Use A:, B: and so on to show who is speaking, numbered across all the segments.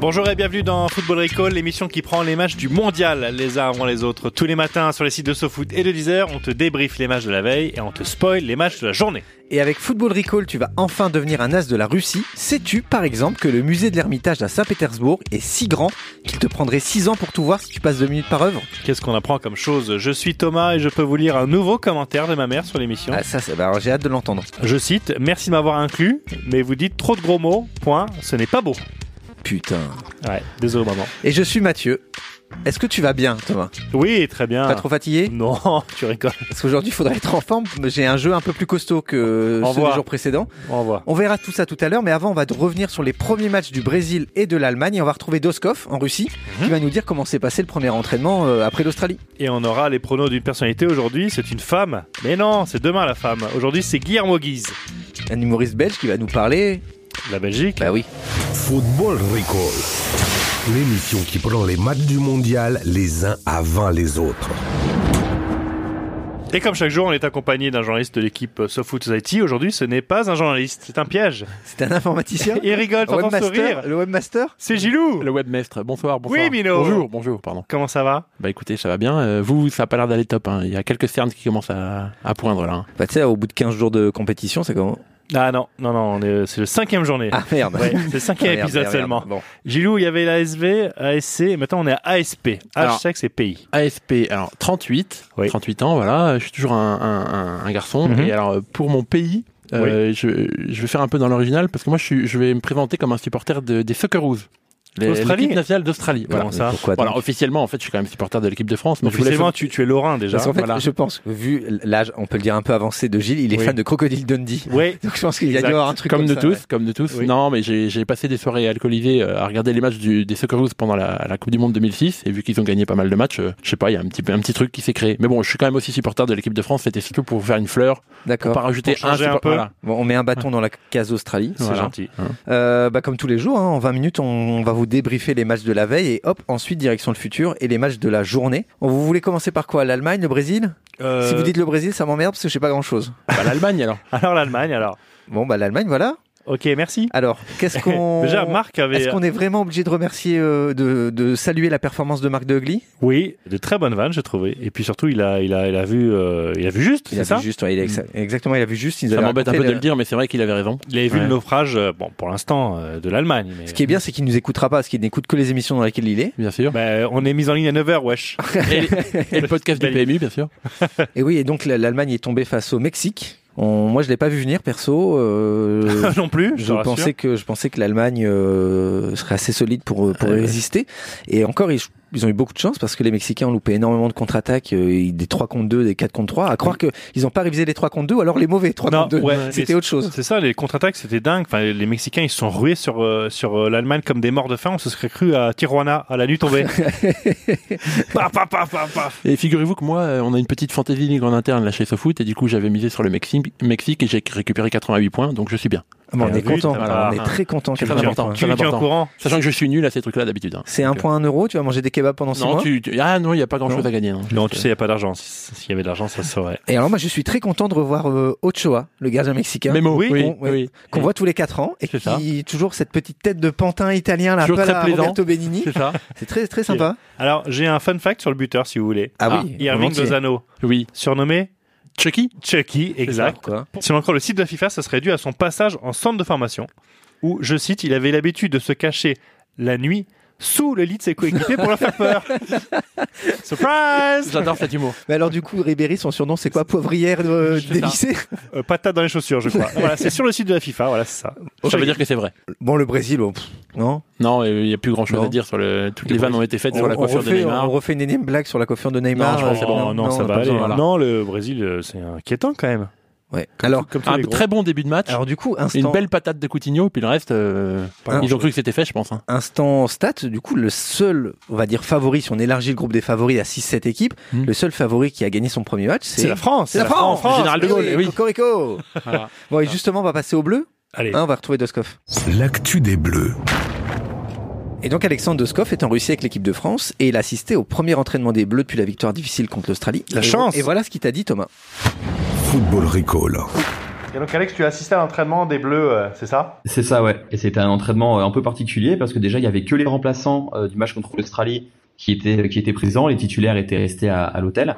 A: Bonjour et bienvenue dans Football Recall, l'émission qui prend les matchs du mondial les uns avant les autres. Tous les matins sur les sites de SoFoot et de Deezer, on te débriefe les matchs de la veille et on te spoil les matchs de la journée.
B: Et avec Football Recall, tu vas enfin devenir un as de la Russie. Sais-tu, par exemple, que le musée de l'Ermitage à Saint-Pétersbourg est si grand qu'il te prendrait 6 ans pour tout voir si tu passes 2 minutes par œuvre
A: Qu'est-ce qu'on apprend comme chose Je suis Thomas et je peux vous lire un nouveau commentaire de ma mère sur l'émission.
B: Ah, ça, c'est- bah, alors, j'ai hâte de l'entendre.
A: Je cite Merci de m'avoir inclus, mais vous dites trop de gros mots, point, ce n'est pas beau.
B: Oh, Putain.
A: Ouais, désolé maman.
B: Et je suis Mathieu. Est-ce que tu vas bien, Thomas
A: Oui, très bien.
B: Pas trop fatigué
A: Non, tu rigoles.
B: Parce qu'aujourd'hui, il faudrait être en forme. J'ai un jeu un peu plus costaud que
A: Au
B: ceux
A: revoir.
B: des jours précédents.
A: Au revoir.
B: On verra tout ça tout à l'heure, mais avant, on va revenir sur les premiers matchs du Brésil et de l'Allemagne. Et on va retrouver Doskov en Russie,
A: Mhm.
B: qui va nous dire comment s'est passé le premier entraînement euh, après l'Australie.
A: Et on aura les pronos d'une personnalité aujourd'hui, c'est une femme. Mais non, c'est demain la femme. Aujourd'hui, c'est Guillermo Guise.
B: Un humoriste belge qui va nous parler.
A: La Belgique.
B: Bah oui.
C: Football Recall. L'émission qui prend les matchs du mondial les uns avant les autres.
A: Et comme chaque jour, on est accompagné d'un journaliste de l'équipe SoFoot Society. Aujourd'hui, ce n'est pas un journaliste, c'est un piège.
B: C'est un informaticien.
A: Il rigole,
B: Le
A: t'entends sourire.
B: webmaster, le webmaster
A: C'est Gilou
D: Le webmestre, bonsoir, bonsoir.
A: Oui, Mino.
D: Bonjour, bonjour, pardon.
A: Comment ça va
D: Bah écoutez, ça va bien. Euh, vous, ça a pas l'air d'aller top. hein. Il y a quelques cernes qui commencent à, à poindre là. hein.
B: Bah tu sais, au bout de 15 jours de compétition, c'est comment
A: Ah non, non, non, on est- c'est le cinquième journée.
B: Ah merde
A: Ouais, c'est le cinquième
B: Ah, merde,
A: épisode
B: merde,
A: seulement.
B: merde. Bon.
A: Gilou, il y avait l'ASV, ASC, et maintenant on est à ASP. H,
D: Alors-
A: sexe et pays.
D: ASP, alors 38,
A: Oui.
D: 38 ans, voilà. Je suis toujours un, un- un- un garçon.
A: Mhm.
D: Et alors, pour mon pays, euh, je, je vais faire un peu dans l'original parce que moi, je, suis- je vais me présenter comme un supporter de- des Socceroos. Les-
A: D'Australie
D: L'équipe nationale d'Australie. Voilà.
A: Comment ça
B: Pourquoi
D: Voilà, officiellement, en fait, je suis quand même supporter de l'équipe de France. Mais je voulais
A: Officiellement, tu, tu es Lorrain déjà.
B: Parce qu'en fait,
D: voilà.
B: je pense, que vu l'âge, on peut le dire un peu avancé de Gilles, il est
A: Oui.
B: fan de Crocodile Dundee.
A: Ouais,
B: Donc je pense qu'il y a dû
A: Exact.
B: avoir un truc
D: comme
B: comme,
D: nous
B: ça,
D: tous,
B: ouais.
D: comme nous tous.
A: Oui.
D: Non, mais j'ai j'ai passé des soirées alcoolisées euh, à regarder les matchs du, des Socceroos pendant la, la Coupe du Monde 2006. Et vu qu'ils ont gagné pas mal de matchs, euh, je sais pas, il y a un petit, peu- un petit truc qui s'est créé. Mais bon, je suis quand même aussi supporter de l'équipe de France. C'était surtout pour faire une fleur, pour pas
B: D'accord.
D: rajouter
A: Pour changer un
D: support-
A: peu.
D: voilà.
B: Bon, on met un bâton dans la case Australie.
A: c'est
D: Voilà.
A: gentil.
B: Euh, bah, comme tous les jours, hein, en 20 minutes, on, on va vous débriefer les matchs de la veille et hop, ensuite direction le futur et les matchs de la journée. On- Vous voulez commencer par quoi L'Allemagne, le Brésil
A: Euh,
B: Si vous dites le Brésil, ça m'emmerde parce que je sais pas grand chose.
D: Bah, L'Allemagne alors.
A: Alors l'Allemagne, alors.
B: Bon, bah l'Allemagne, voilà.
A: Ok, merci.
B: Alors, qu'est-ce qu'on.
A: Déjà, Marc avait.
B: Est-ce qu'on est vraiment obligé de remercier, euh, de, de saluer la performance de Marc de Hugli
A: Oui, de très bonnes vannes, j'ai trouvé. Et puis surtout, il a, il a, il a vu, euh, il a vu juste,
B: Il a
A: c'est ça
B: vu juste, ouais, il a exa- Mm. exactement, il a vu juste. il nous
D: Ça
B: avait
D: m'embête un peu
B: raconté
D: de
B: le-
D: le dire, mais c'est vrai qu'il avait raison.
A: Il avait vu
D: Ouais.
A: le naufrage, euh, bon, pour l'instant, euh, de l'Allemagne. Mais...
B: Ce qui est bien, c'est qu'il nous écoutera pas, parce qu'il n'écoute que les émissions dans lesquelles il est.
D: Bien sûr.
A: Bah, on est mis en ligne à 9h, wesh.
D: Et, et le podcast du
A: Belle-
D: PMU, bien sûr.
B: Et oui, et donc la- l'Allemagne est tombée face au Mexique. On- moi, je l'ai pas vu venir, perso. euh,
A: non plus, je, te
B: Je
A: rassure.
B: pensais que je pensais que l'Allemagne euh, serait assez solide pour pour résister et encore ils, ils ont eu beaucoup de chance parce que les Mexicains ont loupé énormément de contre-attaques euh, et des 3 contre 2 des 4 contre 3 à croire que ils ont pas révisé les 3 contre 2 ou alors les mauvais 3
A: Mm. Non,
B: contre 2
A: ouais,
B: c'était
A: mais-
B: autre chose
A: C'est ça, les contre-attaques, c'était dingue. Enfin, les Mexicains, ils se sont rués sur, euh, sur euh, l'Allemagne comme des morts de faim. On se serait cru à Tijuana, à la nuit tombée. paf, paf, paf, paf, paf.
D: Et figurez-vous que moi, euh, on a une petite fantasy ligue en interne là chez SoFoot, et du coup, j'avais misé sur le Mexique, Mexique et j'ai récupéré 88 points, donc je suis bien.
B: Ah, mais on
A: Bien
B: est
A: vu,
B: content
A: voilà.
B: on est très content
D: C'est
B: qu'il y ait
D: très
B: un
D: important.
B: point.
A: Tu
D: c'est
A: es au
D: important.
A: courant
D: Sachant que je suis nul à ces trucs-là d'habitude. hein.
B: c'est un point un euro tu vas manger des kebabs pendant 6
D: Non,
B: mois
D: tu, tu- ah non, euh, il n'y a pas grand chose
B: Non.
D: à gagner. hein.
A: Non, tu
B: euh,
A: sais, il n'y a pas d'argent. Si- S'il y avait de l'argent, ça serait.
B: et alors moi je suis très content de revoir euh, Ochoa le gardien mexicain
D: Mémo,
A: Oui,
D: oui, oui,
B: on- ouais. qu'on voit tous les 4 ans et
D: C'est ça.
B: qui toujours cette petite tête de pantin italien là un
D: Toujours
B: peu à
D: très
B: la
D: plaisant.
B: Roberto Benigni
D: c'est ça.
B: c'est très très sympa
A: Alors, j'ai un fun fact sur le buteur, si vous voulez.
B: ah oui
A: Irving
B: volontiers.
A: Lozano,
D: Oui.
A: surnommé
D: Chucky
A: Chucky, exact.
B: Quoi.
A: Selon encore le site de la FIFA, ça serait dû à son passage en centre de formation, où, je cite, il avait l'habitude de se cacher la nuit sous le lit de ses coéquipiers pour leur faire peur. Surprise
D: J'adore cet humour.
B: Mais alors du coup, Ribéry, son surnom, c'est quoi Poivrière euh,
D: C'est ça.
B: dévissée
A: Euh, Patate dans les chaussures, je crois. Voilà, c'est sur le site de la FIFA, voilà, c'est ça.
D: Ça veut dire que c'est vrai.
B: Bon, le Brésil, on- pff, non
D: Non, il n'y a plus grand chose
B: Non.
D: à dire sur le. Toutes
B: Le
D: les vannes
B: Brésil.
D: ont été faites sur la
B: on,
D: coiffure
B: refait,
D: de
B: on
D: Neymar.
B: refait une énième blague sur la coiffure de Neymar.
D: Non, je pense
B: euh,
D: que c'est
A: Oh, non,
B: on
A: ça
B: a
A: va
B: pas
A: aller.
B: besoin, voilà.
A: Non, le Brésil, euh, c'est inquiétant quand même.
B: Ouais.
A: Comme
B: Alors,
A: tout- comme tous
D: Un
A: les gros.
D: Ah, très bon début de match.
B: alors du coup,
D: une
B: instant,
D: belle patate de Coutinho, puis le reste, euh,
B: Pas
D: ils ont
A: grand-chose.
D: cru que c'était fait, je pense. hein.
B: instant stat, du coup, le seul, on va dire favori, si on élargit le groupe des favoris à 6-7 équipes,
D: Mm.
B: le seul favori qui a gagné son premier match, c'est
A: C'est la France.
B: C'est la France,
D: France, Général de Gaulle,
B: Eh
D: eh oui.
B: Cocorico. Bon, et justement, on va passer au bleu.
A: Allez.
D: Ah.
B: Hein, on va retrouver Doskov.
C: L'actu des Bleus.
B: Et donc Alexandre Doskov est en Russie avec l'équipe de France et il a assisté au premier entraînement des Bleus depuis la victoire difficile contre l'Australie.
A: La
B: Et-
A: chance.
B: Et voilà ce qu'il t'a dit Thomas.
C: Football Recall.
E: Et donc Alex, tu as assisté à l'entraînement des Bleus, euh, c'est ça
F: C'est ça, ouais. Et c'était un entraînement euh, un peu particulier parce que déjà, il y avait que les remplaçants euh, du match contre l'Australie qui étaient, euh, qui étaient présents. Les titulaires étaient restés à, à l'hôtel.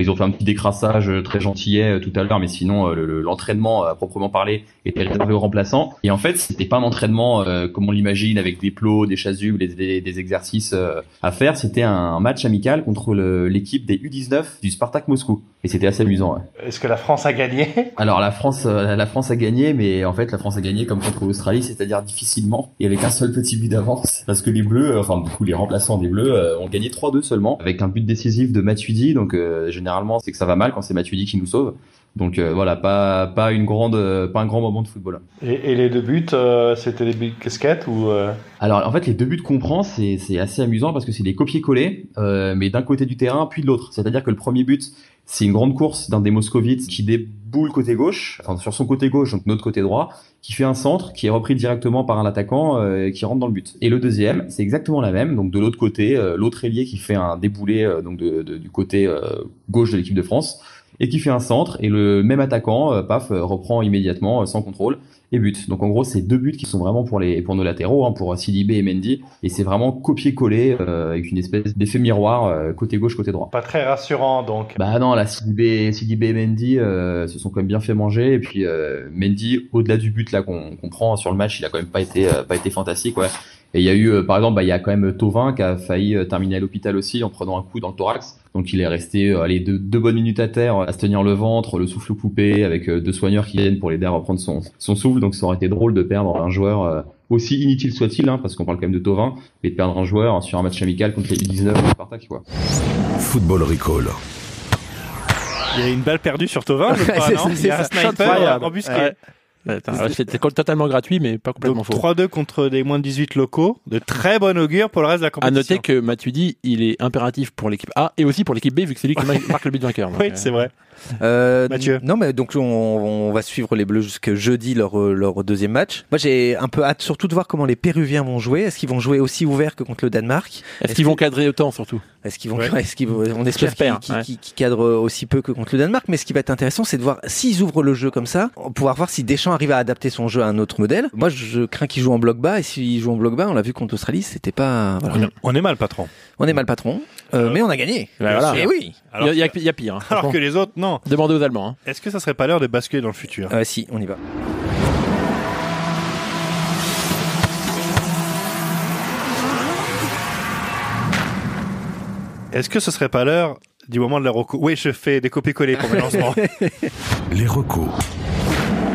F: Ils ont fait un petit décrassage euh, très gentillet euh, tout à l'heure, mais sinon, euh, le- le- l'entraînement à proprement parler était réservé aux remplaçants. Et en fait, c'était pas un entraînement euh, comme on l'imagine avec des plots, des chasubles, des, des, des exercices euh, à faire. C'était un match amical contre le- l'équipe des U19 du Spartak Moscou. Et c'était assez amusant, ouais.
E: Est-ce que la France a gagné
F: Alors la France, euh, la France a gagné, mais en fait la France a gagné comme contre l'Australie, c'est-à-dire difficilement et avec un seul petit but d'avance, parce que les Bleus, euh, enfin du coup les remplaçants des Bleus euh, ont gagné 3-2 seulement, avec un but décisif de Matuidi. Donc euh, généralement c'est que ça va mal quand c'est Matuidi qui nous sauve. Donc euh, voilà, pas pas une grande, euh, pas un grand moment de football.
E: et, et les deux buts, euh, c'était des buts de casquette ou euh,
F: Alors en fait les deux buts qu'on prend c'est c'est assez amusant parce que c'est des copier-coller euh, mais d'un côté du terrain puis de l'autre. C'est-à-dire que le premier but c'est une grande course d'un des moscovites qui déboule côté gauche, enfin sur son côté gauche donc notre côté droit, qui fait un centre qui est repris directement par un attaquant euh, qui rentre dans le but. Et le deuxième c'est exactement la même donc de l'autre côté euh, l'autre ailier qui fait un déboulé euh, donc de- de- du côté euh, gauche de l'équipe de France et qui fait un centre et le même attaquant euh, paf euh, reprend immédiatement euh, sans contrôle et but. Donc en gros, c'est deux buts qui sont vraiment pour les pour nos latéraux, hein, pour Sidibé et Mendy, et c'est vraiment copier-coller euh, avec une espèce d'effet miroir euh, côté gauche, côté droit.
E: pas très rassurant donc
F: Bah non, là, Sidibé, Sidibé et Mendy euh, se sont quand même bien fait manger, et puis euh, Mendy, au-delà du but là qu'on qu'on prend hein, sur le match, il a quand même pas été euh, pas été fantastique, ouais. Et il y a eu, euh, par exemple, bah, il y a quand même Tovin qui a failli euh, terminer à l'hôpital aussi en prenant un coup dans le thorax. Donc il est resté euh, allez, deux, deux bonnes minutes à terre, euh, à se tenir le ventre, le souffle coupé, avec euh, deux soigneurs qui viennent pour l'aider à reprendre son, son souffle. Donc ça aurait été drôle de perdre un joueur, euh, aussi inutile soit-il, hein, parce qu'on parle quand même de Tovin, mais de perdre un joueur sur un match amical contre les U19 de Spartak, quoi.
C: Football Recall.
A: Il y a une balle perdue sur Tovin, je crois,
B: C'est
A: non
B: ça,
A: Il y a
B: c'est
A: un
B: ça.
A: sniper
D: Incroyable.
A: embusqué.
D: Ouais. Ouais, putain, ouais, C'était co- totalement gratuit, mais pas
A: Donc
D: complètement faux.
A: 3-2 contre des moins de 18 locaux, de très bon augure pour le reste de la
D: À
A: compétition.
D: noter que Matuidi, il est impératif pour l'équipe A et aussi pour l'équipe B, vu que c'est lui qui ma- marque le but vainqueur. Donc,
A: Oui,
D: euh,
A: c'est vrai.
B: Euh,
A: Mathieu.
B: Non mais donc on, on va suivre les Bleus jusque jeudi leur euh, leur deuxième match. Moi j'ai un peu hâte surtout de voir comment les Péruviens vont jouer. Est-ce qu'ils vont jouer aussi ouvert que contre le Danemark
D: Est-ce qu'ils vont cadrer autant, surtout
B: Est-ce qu'ils vont,
A: Ouais.
B: est-ce qu'ils vont- on espère qu'ils
D: J'espère,
B: qu'ils-
D: ouais.
B: qu'ils- qu'ils cadrent aussi peu que contre le Danemark, mais ce qui va être intéressant, c'est de voir s'ils ouvrent le jeu comme ça, on va pouvoir voir si Deschamps arrive à adapter son jeu à un autre modèle. Moi, je crains qu'il joue en bloc bas, et s'il joue en bloc bas, on l'a vu contre l'Australie, c'était pas, voilà.
A: On est mal, patron.
B: On est mal patron, euh, mais on a gagné.
D: Bah, voilà.
B: Et oui.
D: Il y,
A: Alors,
D: a- il y a- il y a pire. hein,
A: alors
D: franchement.
A: que les autres, non.
D: Demandez aux Allemands. hein.
A: Est-ce que ça serait pas l'heure de basculer dans le futur
B: Euh, si, on y va.
A: Est-ce que ce serait pas l'heure du moment de la reco Oui, je fais des copier-coller pour mes lancements.
C: Les recos.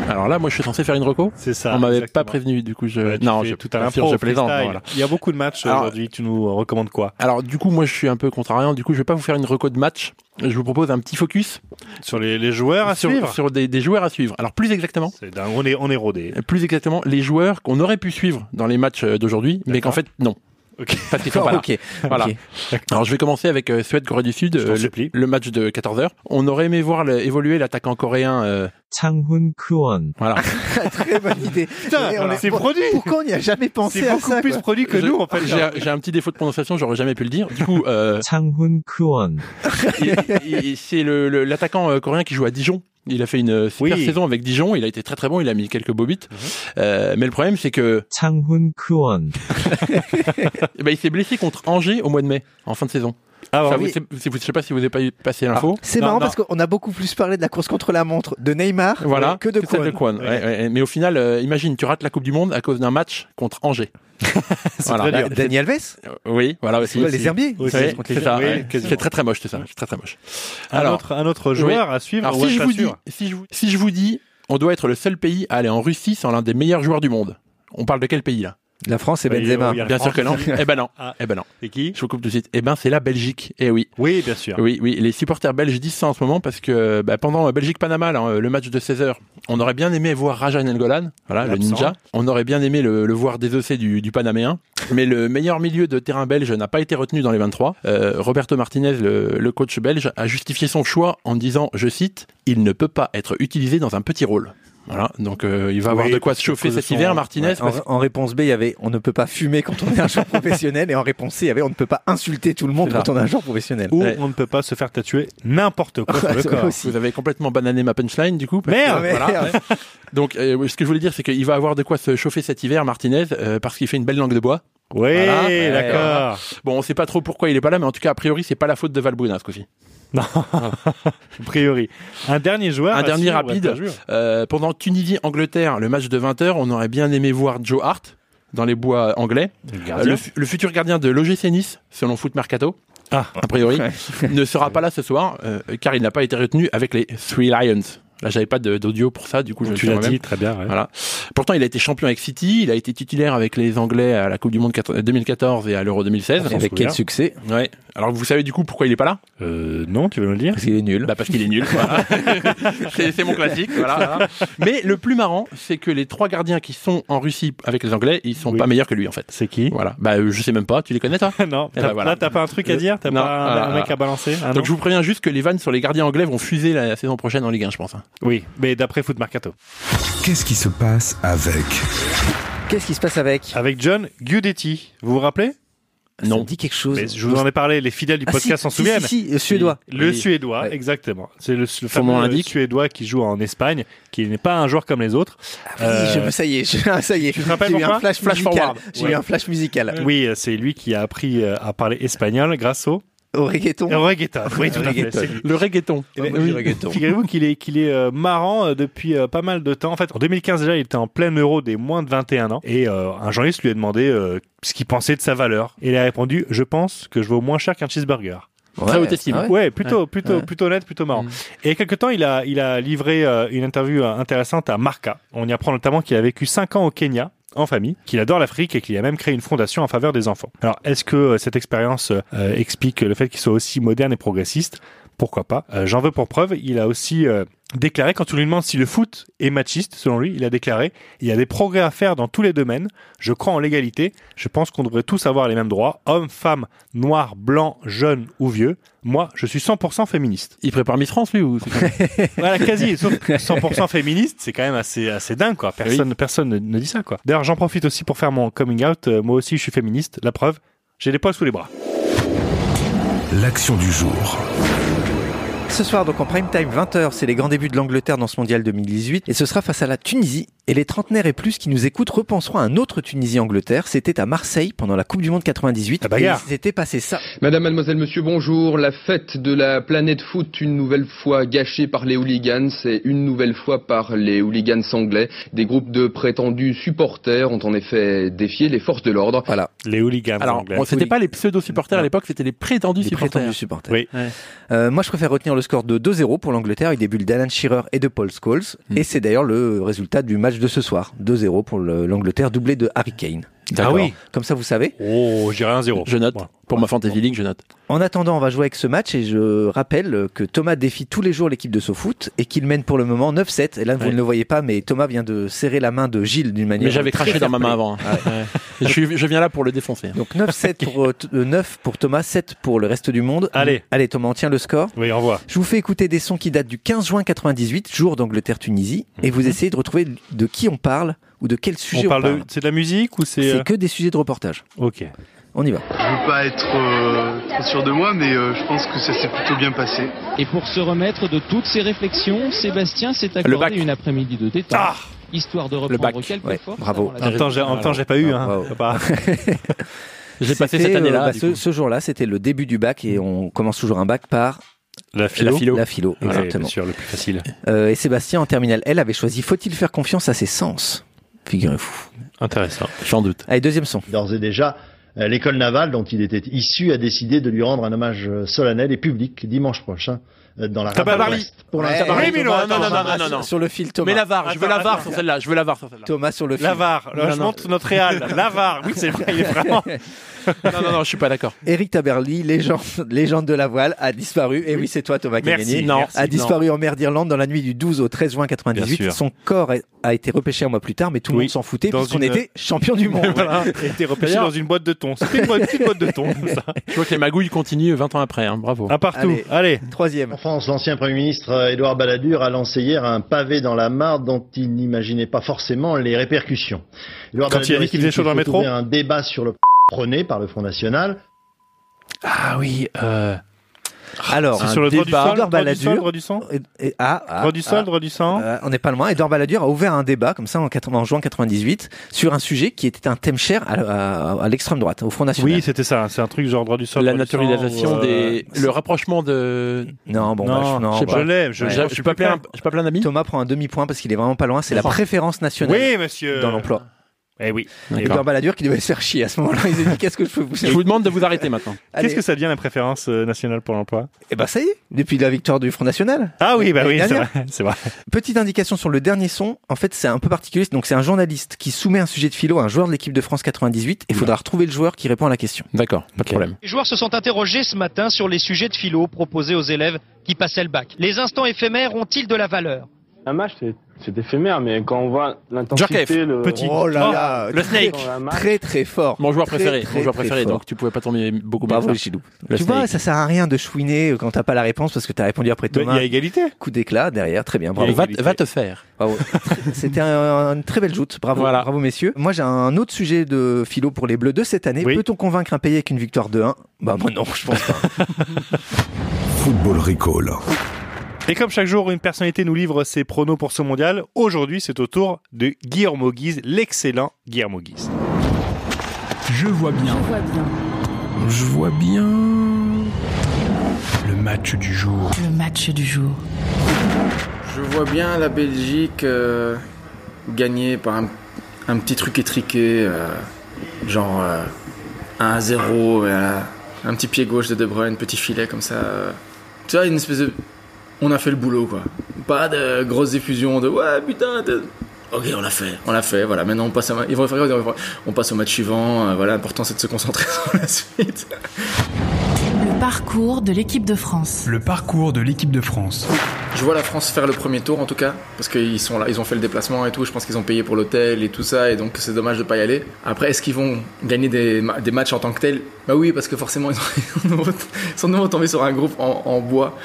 D: Alors là, moi, je suis censé faire une reco.
A: C'est ça.
D: On m'avait pas
A: Ah, exactement.
D: prévenu, du coup, je.
A: Ouais, tu
D: non,
A: fais
D: je
A: tout à
D: bien sûr,
A: l'impro,
D: je plaisante.
A: freestyle.
D: voilà.
A: Il y a beaucoup de matchs
D: Alors-
A: aujourd'hui. Tu nous recommandes quoi
D: Alors, du coup, moi, je suis un peu contrariant. Du coup, je vais pas vous faire une reco de match. Je vous propose un petit focus
A: Sur les, les joueurs à
D: sur,
A: suivre
D: sur des, des joueurs à suivre. Alors, plus exactement,
A: C'est dingue, on est, on est rodé.
D: plus exactement, les joueurs qu'on aurait pu suivre dans les matchs euh, d'aujourd'hui, mais qu'en fait, non.
A: Ok.
D: Parce qu'ils sont pas là.
B: ok.
D: Voilà.
B: Ok.
D: Alors je vais commencer avec euh, Suède Corée du Sud
A: Je t'en
D: euh, le,
A: supplie.
D: le match de 14h. On aurait aimé voir le- évoluer l'attaquant coréen euh,
G: 창훈 크원
D: voilà.
B: Très bonne idée.
A: Putain,
B: Et on est-
A: c'est produit
B: Pourquoi on n'y a jamais pensé
A: C'est
B: à
A: beaucoup
B: ça?
A: plus
B: quoi
A: produit que
D: Je-
A: nous, en fait.
D: J'ai j'ai un petit défaut de prononciation, j'aurais jamais pu le dire. Du coup euh,
G: 창훈 크원
D: il- il- c'est le- le- l'attaquant euh, coréen qui joue à Dijon. Il a fait une euh, super
A: Oui.
D: saison avec Dijon, il a été très très bon, il a mis quelques beaux buts. Euh, mais le problème c'est que
G: 창훈 크원
D: eh ben, il s'est blessé contre Angers au mois de mai en fin de saison.
A: Ah,
D: Ça,
A: bon,
D: vous-
A: oui.
D: c'est- c'est- vous- je sais pas si vous avez pas eu- passé l'info.
B: C'est
A: Non,
B: marrant
A: non.
B: parce qu'on a beaucoup plus parlé de la course contre la montre de Neymar
D: Voilà,
B: que de
D: celle
B: Kwan.
D: Kwan. Ouais, ouais. Mais au final, euh, imagine, tu rates la Coupe du Monde à cause d'un match contre Angers. voilà.
A: très dur.
B: Daniel Alves?
D: Euh, Oui, voilà aussi.
B: Ouais,
D: aussi.
B: les herbiers?
D: Oui,
A: Aussi,
D: c'est
A: contre les Ah,
D: ça.
A: Herbiers.
D: ouais.
A: Oui, quasiment.
D: C'est très très moche, c'est ça. C'est très très moche.
A: un,
D: Alors-
A: autre, un autre joueur à suivre.
D: Alors
A: ouais,
D: si je
A: pas
D: vous dis,
A: sûr.
D: si je vous, si je vous dis, on doit être le seul pays à aller en Russie sans l'un des meilleurs joueurs du monde. On parle de quel pays là
B: La France et
A: Bah, il y a-
B: Benzema.
A: il y a la
D: Ben Bien
A: France,
D: sûr que non.
A: les amis.
D: Eh ben non.
A: Ah.
D: Eh ben non.
A: C'est qui
D: Je vous coupe tout de suite. Eh ben c'est la Belgique. Eh oui.
A: Oui, bien sûr.
D: Oui, oui, les supporters belges disent ça en ce moment parce que bah, pendant euh, Belgique-Panama, là, euh, le match de 16h, on aurait bien aimé voir Rajan El Golan, voilà, le
A: L'absent.
D: ninja. On aurait bien aimé le, le voir désossé du, du Panaméen. Mais le meilleur milieu de terrain belge n'a pas été retenu dans les 23. Euh, Roberto Martinez, le, le coach belge, a justifié son choix en disant, je cite, Il ne peut pas être utilisé dans un petit rôle. Voilà, donc euh, il va avoir
A: Oui,
D: de quoi
A: parce
D: se
A: que
D: chauffer
A: cause de
D: cet
A: son-
D: hiver, Martinez.
B: Ouais, en,
D: parce-
B: en réponse B, il y avait on ne peut pas fumer quand on est un joueur professionnel, et en réponse C, il y avait on ne peut pas insulter tout le monde
D: C'est ça.
B: quand on est un joueur professionnel.
A: Ou
D: Ouais.
A: on ne peut pas se faire tatouer n'importe quoi sur le
B: c'est
A: corps.
B: aussi.
D: Vous avez complètement banané ma punchline du coup. parce que-
A: Merde,
B: Ouais,
D: voilà.
B: merde.
D: Donc, euh, oui, ce que je voulais dire, c'est qu'il va avoir de quoi se chauffer cet hiver, Martinez, euh, parce qu'il fait une belle langue de bois.
A: Oui,
D: Voilà. Ouais,
A: d'accord.
D: Bon, on sait pas trop pourquoi il est pas là, mais en tout cas, a priori, c'est pas la faute de Valbuena ce coup-ci.
A: A priori. Un dernier joueur. ah,
D: Un
A: à
D: dernier
A: suivre,
D: rapide.
A: à suivre.
D: Euh, pendant Tunisie-Angleterre, le match de 20h, on aurait bien aimé voir Joe Hart dans les bois anglais. Euh, le, fu- le futur gardien de l'OGC Nice, selon Foot Mercato,
A: Ah.
D: a priori, ne sera pas là ce soir, euh, car il n'a pas été retenu avec les Three Lions. Là, j'avais pas de- d'audio pour ça, du coup, je le
A: tu
D: fais
A: l'as
D: moi-même.
A: dit, très bien. ouais.
D: Voilà. Pourtant, il a été champion avec City, il a été titulaire avec les Anglais à la Coupe du Monde 4- 2014 et à l'Euro 2016.
B: Et Avec quel succès
D: Ouais. Alors, vous savez du coup pourquoi il est pas là
A: Euh, non, tu veux nous le dire
B: Parce qu'il est nul.
D: Bah parce qu'il est nul. voilà. c'est c'est mon classique. Voilà. Mais le plus marrant, c'est que les trois gardiens qui sont en Russie avec les Anglais, ils sont
A: Oui.
D: pas meilleurs que lui en fait.
A: C'est qui
D: Voilà. Bah euh, je sais même pas. Tu les connais toi
A: Non,
D: Eh
A: t'as-
D: ben voilà.
A: là, t'as pas un truc à dire T'as
D: Non,
A: pas un,
D: ah,
A: un mec
D: ah.
A: à balancer Un nom
D: Donc je vous préviens juste que les vannes sur les gardiens anglais vont fuser la saison prochaine en Ligue 1, je pense. hein.
A: Oui, mais d'après Foot Mercato.
C: Qu'est-ce qui se passe avec
B: Qu'est-ce qui se passe avec
A: Avec John Gudetti. Vous vous rappelez
B: Ça
D: Non.
B: me dit quelque chose.
A: Mais Je vous en ai parlé, les fidèles du
B: Ah, si,
A: podcast s'en
B: si,
A: souviennent.
B: Si, si, euh, suédois.
A: Le
D: Oui.
A: suédois,
B: Ouais.
A: exactement. C'est le, le
D: Son nom
A: fameux
D: l'indique.
A: suédois qui joue en Espagne, qui n'est pas un joueur comme les autres.
D: Ah
B: Ah, Oui,
A: Euh,
B: je, ça y est, je- ah, ça y est.
A: te rappelles
B: J'ai eu un
A: pourquoi
B: flash,
A: Flash
B: musical.
A: forward.
B: J'ai
A: Ouais.
B: eu un flash musical.
A: Oui, euh, c'est lui qui a appris euh, à parler espagnol grâce au
B: Au reggaeton.
A: reggaeton. Oui, tout à fait.
B: Reggaeton.
A: c'est lui.
D: Le reggaeton.
A: Eh ben,
B: moi, je dis
A: oui.
B: reggaeton.
A: Figurez-vous qu'il est, qu'il est euh, marrant euh, depuis euh, pas mal de temps. En fait, en 2015 déjà, il était en plein euro des moins de 21 ans. Et euh, un journaliste lui a demandé euh, ce qu'il pensait de sa valeur. Et il a répondu, je pense que je vaux moins cher qu'un cheeseburger.
D: Très haute estime.
B: ah ouais.
A: Ouais, plutôt, plutôt,
B: Ouais.
A: plutôt honnête, plutôt marrant.
D: Mm.
A: Et il y a quelques temps, il a, il a livré euh, une interview euh, intéressante à Marca. On y apprend notamment qu'il a vécu 5 ans au Kenya en famille, qu'il adore l'Afrique et qu'il a même créé une fondation en faveur des enfants. Alors, est-ce que euh, cette expérience euh, explique le fait qu'il soit aussi moderne et progressiste Pourquoi pas Euh, J'en veux pour preuve, il a aussi euh, déclaré, quand on lui demande si le foot est machiste, selon lui, il a déclaré, il y a des progrès à faire dans tous les domaines, je crois en l'égalité, je pense qu'on devrait tous avoir les mêmes droits, hommes, femmes, noirs, blancs, jeunes ou vieux. Moi, je suis 100% féministe.
D: Il prépare Miss France lui ou c'est quoi
A: Voilà, quasi. Sauf que 100% féministe, c'est quand même assez, assez dingue, quoi. Personne, personne ne, ne dit ça, quoi. D'ailleurs, j'en profite aussi pour faire mon coming out. Euh, moi aussi, je suis féministe. La preuve, j'ai les poils sous les bras.
C: l'action du jour
B: Ce soir, donc en prime time, 20h, c'est les grands débuts de l'Angleterre dans ce mondial 2018. Et ce sera face à la Tunisie. Et les trentenaires et plus qui nous écoutent repenseront à un autre Tunisie-Angleterre. C'était à Marseille pendant la Coupe du Monde 98.
A: La bagarre.
B: Et il s'était passé ça.
H: Madame, mademoiselle, monsieur, bonjour. La fête de la planète foot, une nouvelle fois gâchée par les hooligans et une nouvelle fois par les hooligans anglais. Des groupes de prétendus supporters ont en effet défié les forces de l'ordre.
B: Voilà,
A: Les hooligans
D: Alors,
A: anglais.
D: on- c'était
B: Oui.
D: pas les pseudo-supporters à
B: Non.
D: l'époque, c'était les prétendus
B: les
D: supporters.
B: prétendus supporters.
A: Oui.
D: Ouais.
B: Euh, moi, je préfère retenir le score de 2-0 pour l'Angleterre avec des bulles d'Alan Shearer et de Paul Scholes.
A: Hmm.
B: Et c'est d'ailleurs le résultat du match de ce soir. 2-0 pour le- l'Angleterre, doublé de Harry Kane.
D: D'accord.
A: Ah oui.
B: Comme ça, vous savez.
A: Oh, j'irai un zéro.
D: Je note.
A: Voilà.
D: Pour ma fantasy league, je note.
B: En attendant, on va jouer avec ce match et je rappelle que Thomas défie tous les jours l'équipe de SoFoot et qu'il mène pour le moment 9-7. Et là, vous
D: Ouais.
B: ne le voyez pas, mais Thomas vient de serrer la main de Gilles d'une manière.
D: Mais j'avais
B: très
D: craché dans ma main
B: fair-play.
D: avant. hein. Ouais. Je, suis- je viens là pour le défoncer. hein.
B: Donc 9-7 pour, euh, t- euh, 9 pour Thomas, 7 pour le reste du monde.
A: Allez.
B: Allez Thomas, on tient le score.
A: Oui, envoie.
B: Je vous fais écouter des sons qui datent du 15 juin 98, jour d'Angleterre-Tunisie, et
D: Mhm.
B: vous essayez de retrouver de qui on parle ou de quel
A: On
B: sujet on,
A: parle de, c'est de la musique ou c'est, euh,
B: C'est que des sujets de reportage.
A: ok.
B: On y va.
I: Je veux pas être euh, trop sûr de moi, mais euh, je pense que ça s'est plutôt bien passé.
J: Et pour se remettre de toutes ces réflexions, Sébastien s'est
D: Le bac.
J: accordé une après-midi de détente,
A: Ah!
J: histoire de
D: bac.
J: reprendre quelques
B: Ouais,
J: forces
B: bravo.
J: avant la
A: En même temps, j'ai, en même temps, j'ai pas eu, hein.
B: Ah, wow.
A: Pas-
D: J'ai passé
B: C'était,
D: cette
B: euh,
D: année-là.
B: bah,
D: du
B: ce
D: coup.
B: ce jour-là, c'était le début du bac et on commence toujours un bac par
A: La
D: philo.
B: La philo,
A: Ouais,
B: exactement.
A: bien sûr, le plus facile.
B: Euh, et Sébastien, en terminale L, avait choisi Faut-il faire confiance à ses sens Figurez-vous.
A: Intéressant.
D: Sans doute.
B: Allez, deuxième son.
K: D'ores et déjà, euh, l'école navale dont il était issu a décidé de lui rendre un hommage euh, solennel et public dimanche prochain dans la
D: Tabarly.
K: Pour l'instant, Tabarly.
D: Tabarly. Oui, mais Ah, non,
K: Thomas,
D: non, non,
K: Thomas,
D: non, non, non, non.
B: Sur le fil, Thomas.
D: Mais la VAR, je veux la VAR sur celle-là, je veux la VAR sur celle-là.
B: Thomas sur le fil.
D: La VAR, là, je montre notre Real. La VAR, oui, c'est vrai, il est vraiment- Non, non, non, je suis pas d'accord.
B: Eric Taberly, légende, légende de la voile, a disparu. Et oui, c'est toi, Thomas
D: Merci,
B: Gagné.
D: non,
B: A
D: non.
B: disparu en mer d'Irlande dans la nuit du 12 au 13 juin 98.
D: Bien sûr.
B: Son corps a- a été repêché un mois plus tard, mais tout le
A: Oui,
B: monde s'en foutait
A: dans
B: puisqu'on
A: une-
B: était champion du monde.
A: Voilà, et t'es repêché
B: D'ailleurs-
A: dans une boîte de thon. C'était une boîte- petite boîte de thon, comme ça.
D: Je vois que les magouilles continuent 20 ans après, hein, bravo.
A: À partout. Allez.
B: Troisième.
K: En France, l'ancien Premier ministre euh, Édouard Balladur a lancé hier un pavé dans la mare dont il n'imaginait pas forcément les répercussions. Édouard
A: Quand il a dit qu'il faisait chaud dans le
K: estime qu'il faut
A: métro
K: ouvrir un débat sur le prôné par le Front National.
D: Ah oui, euh...
B: Alors,
A: C'est sur le droit du sol,
B: Edouard
A: droit du sol,
B: Balladur.
A: droit du sang
B: et- et- ah, ah,
A: Droit du sol,
B: ah.
A: droit du sang
B: Euh, on n'est pas loin. Edouard Balladur a ouvert un débat comme ça en, 80 en juin 98 sur un sujet qui était un thème cher à, à- à l'extrême droite, au Front National.
A: Oui, c'était ça. C'est un truc genre droit du sol.
D: la
A: droit du sang, ou,
D: naturalisation
A: euh,
D: des, le rapprochement de.
B: Non, bon, bah,
A: Non,
B: je, non,
D: je sais
B: bah,
D: pas.
A: Je l'ai, je,
D: Ouais.
A: j'en
D: Je
A: suis
D: peux
A: pas
D: appeler
A: plein.
D: un- J'ai pas plein d'amis.
B: Thomas prend un demi-point parce qu'il est vraiment pas loin. C'est la
D: Oh.
B: préférence nationale
A: Oui, euh, monsieur.
B: dans l'emploi.
A: Eh oui.
D: D'accord.
B: Edouard Balladur qui devait se faire chier à ce moment-là. Il s'est dit qu'est-ce que je peux vous
D: Je vous demande de vous arrêter maintenant.
A: Qu'est-ce que ça devient la préférence euh, nationale pour l'emploi
B: Eh ben ça y est, depuis la victoire du Front National.
A: Ah oui, bah oui, c'est
B: Dernière.
A: vrai. C'est vrai.
B: Petite indication sur le dernier son, en fait c'est un peu particulier, donc c'est un journaliste qui soumet un sujet de philo à un joueur de l'équipe de France 98 et il faudra retrouver le joueur qui répond à la question.
D: D'accord, pas de problème.
J: Les joueurs se sont interrogés ce matin sur les sujets de philo proposés aux élèves qui passaient le bac. Les instants éphémères ont-ils de la valeur
L: Un match, c'est- c'est éphémère, mais quand on voit
D: Jarkef,
L: l'intensité, le...
A: Petit.
B: Oh là là, Oh.
D: Le
B: très,
D: Snake.
L: dans un match,
B: très très fort.
D: Mon joueur
B: Très,
D: préféré,
B: très,
D: mon joueur
B: très
D: préféré.
B: fort.
D: Donc tu pouvais pas tomber beaucoup mieux.
B: Bravo
D: que
B: les
D: ça.
B: Chilou.
D: Le
B: Tu vois,
D: Snake.
B: ça sert à rien de chouiner euh, quand t'as pas la réponse parce que t'as répondu après
A: Il y
B: Thomas.
A: a égalité.
B: Coup d'éclat derrière, très bien, bravo.
D: Va, va te faire.
B: Bravo. C'était un- une très belle joute. Bravo,
D: Voilà.
B: bravo messieurs. Moi, j'ai un autre sujet de philo pour les Bleus de cette année.
A: Oui.
B: Peut-on convaincre un pays avec une victoire de 1 Bah moi non, je pense pas.
C: Football Recall.
A: Et comme chaque jour, une personnalité nous livre ses pronos pour ce mondial, aujourd'hui c'est au tour de Guillermo Guise, l'excellent Guillermo Guise.
M: Je vois bien. Je vois bien. Le match du jour.
N: Le match du jour.
O: Je vois bien la Belgique euh, gagner par un, un petit truc étriqué, euh, genre euh, 1-0, voilà. un petit pied gauche de De Bruyne, petit filet comme ça. euh. Tu vois, une espèce de. On a fait le boulot quoi. Pas de grosse diffusion de ouais putain. t'es- Ok, on l'a fait, on l'a fait, voilà. Maintenant on passe, à ma- il faut faire- il faut- on passe au match suivant. euh, voilà, l'important c'est de se concentrer sur la suite.
N: Le parcours de l'équipe de France.
M: Le parcours de l'équipe de France.
O: Je vois la France faire le premier tour en tout cas, parce qu'ils sont là, ils ont fait le déplacement et tout, je pense qu'ils ont payé pour l'hôtel et tout ça, et donc c'est dommage de pas y aller. Après, est-ce qu'ils vont gagner des, ma- des matchs en tant que tels Bah oui, parce que forcément, ils, ont- ils sont nouveau- ils sont de nouveau tombés sur un groupe en, en bois.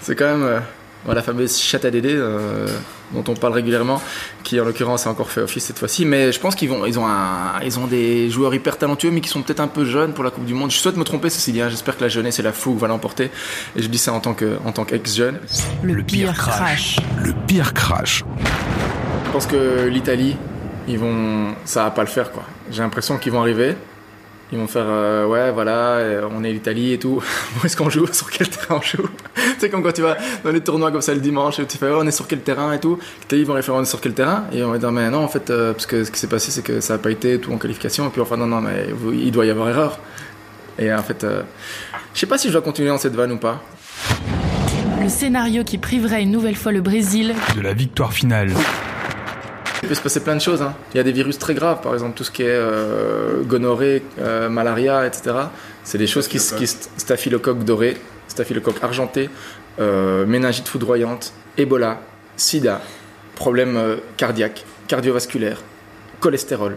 O: C'est quand même euh, bah, la fameuse chatte à Dédé, euh, dont on parle régulièrement, qui en l'occurrence a encore fait office cette fois-ci, mais je pense qu'ils vont, ils ont, un- ils ont des joueurs hyper talentueux, mais qui sont peut-être un peu jeunes pour la Coupe du Monde. Je souhaite me tromper, ceci dit, hein, j'espère que la jeunesse et la fougue va l'emporter, et je dis ça en tant que- en tant qu'ex-jeune.
N: Le, pire crash.
M: Le pire crash.
O: Je pense que l'Italie, ils vont, ça va pas le faire quoi. J'ai l'impression qu'ils vont arriver, ils vont faire euh, ouais voilà, euh, on est l'Italie et tout. Où est-ce qu'on joue Sur quel terrain on joue Tu sais comme quand tu vas dans les tournois comme ça le dimanche, tu fais ouais, on est sur quel terrain et tout. L'Italie ils vont aller faire on est sur quel terrain et on va dire mais non en fait euh, parce que ce qui s'est passé c'est que ça a pas été tout en qualification et puis enfin non non mais vous- il doit y avoir erreur. Et en fait, euh, je sais pas si je dois continuer dans cette vanne ou pas.
N: Le scénario qui priverait une nouvelle fois le Brésil.
M: De la victoire finale.
O: Il peut se passer plein de choses. hein. Il y a des virus très graves, par exemple tout ce qui est euh, gonorrhée, euh, malaria, etc. C'est des choses qui, se- qui se- staphylocoque doré, staphylocoque argenté, euh, méningite foudroyante, Ebola, SIDA, problème euh, cardiaque, cardiovasculaire, cholestérol.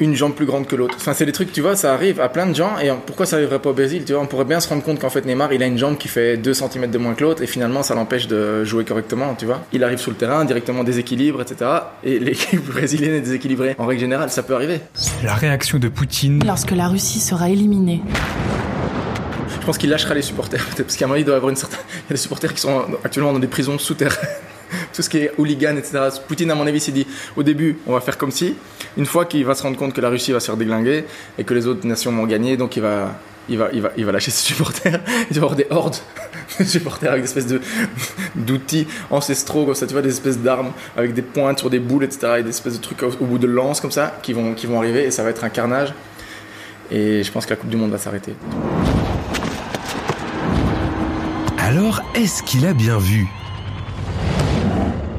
O: Une jambe plus grande que l'autre. Enfin, c'est des trucs, tu vois, ça arrive à plein de gens. Et pourquoi ça arriverait pas au Brésil Tu vois, on pourrait bien se rendre compte qu'en fait Neymar, il a une jambe qui fait 2 cm de moins que l'autre, et finalement, ça l'empêche de jouer correctement. Tu vois, il arrive sur le terrain directement déséquilibre, etc. Et l'équipe brésilienne est déséquilibrée. En règle générale, ça peut arriver.
M: La réaction de Poutine.
N: Lorsque la Russie sera éliminée.
O: Je pense qu'il lâchera les supporters, peut-être, parce qu'à mon avis, il doit y avoir une certaine. Il y a des supporters qui sont actuellement dans des prisons souterraines. Tout ce qui est hooligan, etc. Poutine, à mon avis, s'est dit au début, on va faire comme si. Une fois qu'il va se rendre compte que la Russie va se faire déglinguer et que les autres nations vont gagner, donc il va, il va, il va, il va lâcher ses supporters. Il va y avoir des hordes de supporters avec des espèces de, d'outils ancestraux, comme ça, tu vois, des espèces d'armes avec des pointes sur des boules, etc. Et des espèces de trucs au, au bout de lances, comme ça, qui vont, qui vont arriver et ça va être un carnage. Et je pense que la Coupe du Monde va s'arrêter.
M: Alors
C: Alors, est-ce qu'il a bien vu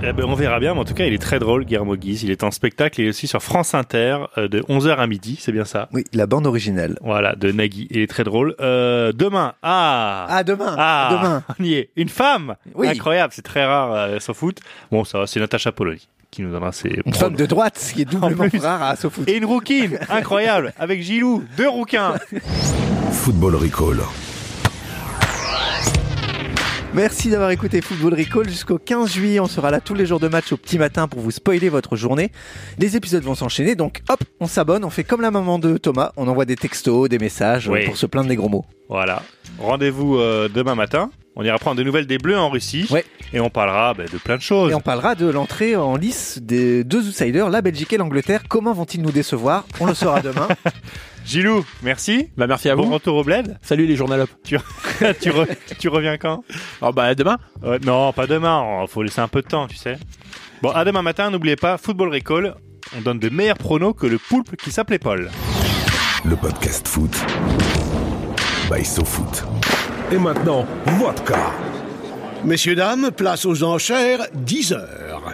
A: Eh ben, on verra bien, mais en tout cas, il est très drôle, Guillermo Guise. Il est en spectacle, il est aussi sur France Inter euh, de 11h à midi, c'est bien ça
B: Oui, la bande originale.
A: Voilà, de Nagui. Il est très drôle. Euh, demain, ah
B: Ah, demain
A: Ah
B: Demain
A: On y est. Une femme
B: Oui.
A: Incroyable, c'est très rare euh, sans foot. Bon, ça va, c'est Natacha Polony qui nous donnera ses
B: Une
A: pronos.
B: femme de droite, ce qui est doublement
A: En plus.
B: rare à Sofoot.
A: Et une rouquine Incroyable Avec Gilou, deux rouquins
C: Football Recall.
B: Merci d'avoir écouté Football Recall jusqu'au 15 juillet. On sera là tous les jours de match au petit matin pour vous spoiler votre journée. Les épisodes vont s'enchaîner, donc hop, on s'abonne, on fait comme la maman de Thomas, on envoie des textos, des messages euh,
A: Oui.
B: pour se plaindre des gros mots.
A: Voilà. Rendez-vous euh, demain matin. On ira prendre des nouvelles des Bleus en Russie. Et on parlera ben, de plein de choses.
B: Et on parlera de l'entrée en lice des deux outsiders, la Belgique et l'Angleterre. Comment vont-ils nous décevoir On le saura demain.
A: Gilou, merci.
D: Bah, merci à
A: Bon
D: vous.
A: retour au bled.
D: Salut les journalopes.
A: Tu, tu, re- tu reviens quand
D: bah demain.
A: Euh, non, pas demain. Oh, Faut laisser un peu de temps, tu sais. Bon, à demain matin. N'oubliez pas, Football Recall. On donne de meilleurs pronos que le poulpe qui s'appelait Paul.
C: Le podcast foot by SoFoot. Et maintenant, vodka.
P: Messieurs, dames, place aux enchères, 10 heures.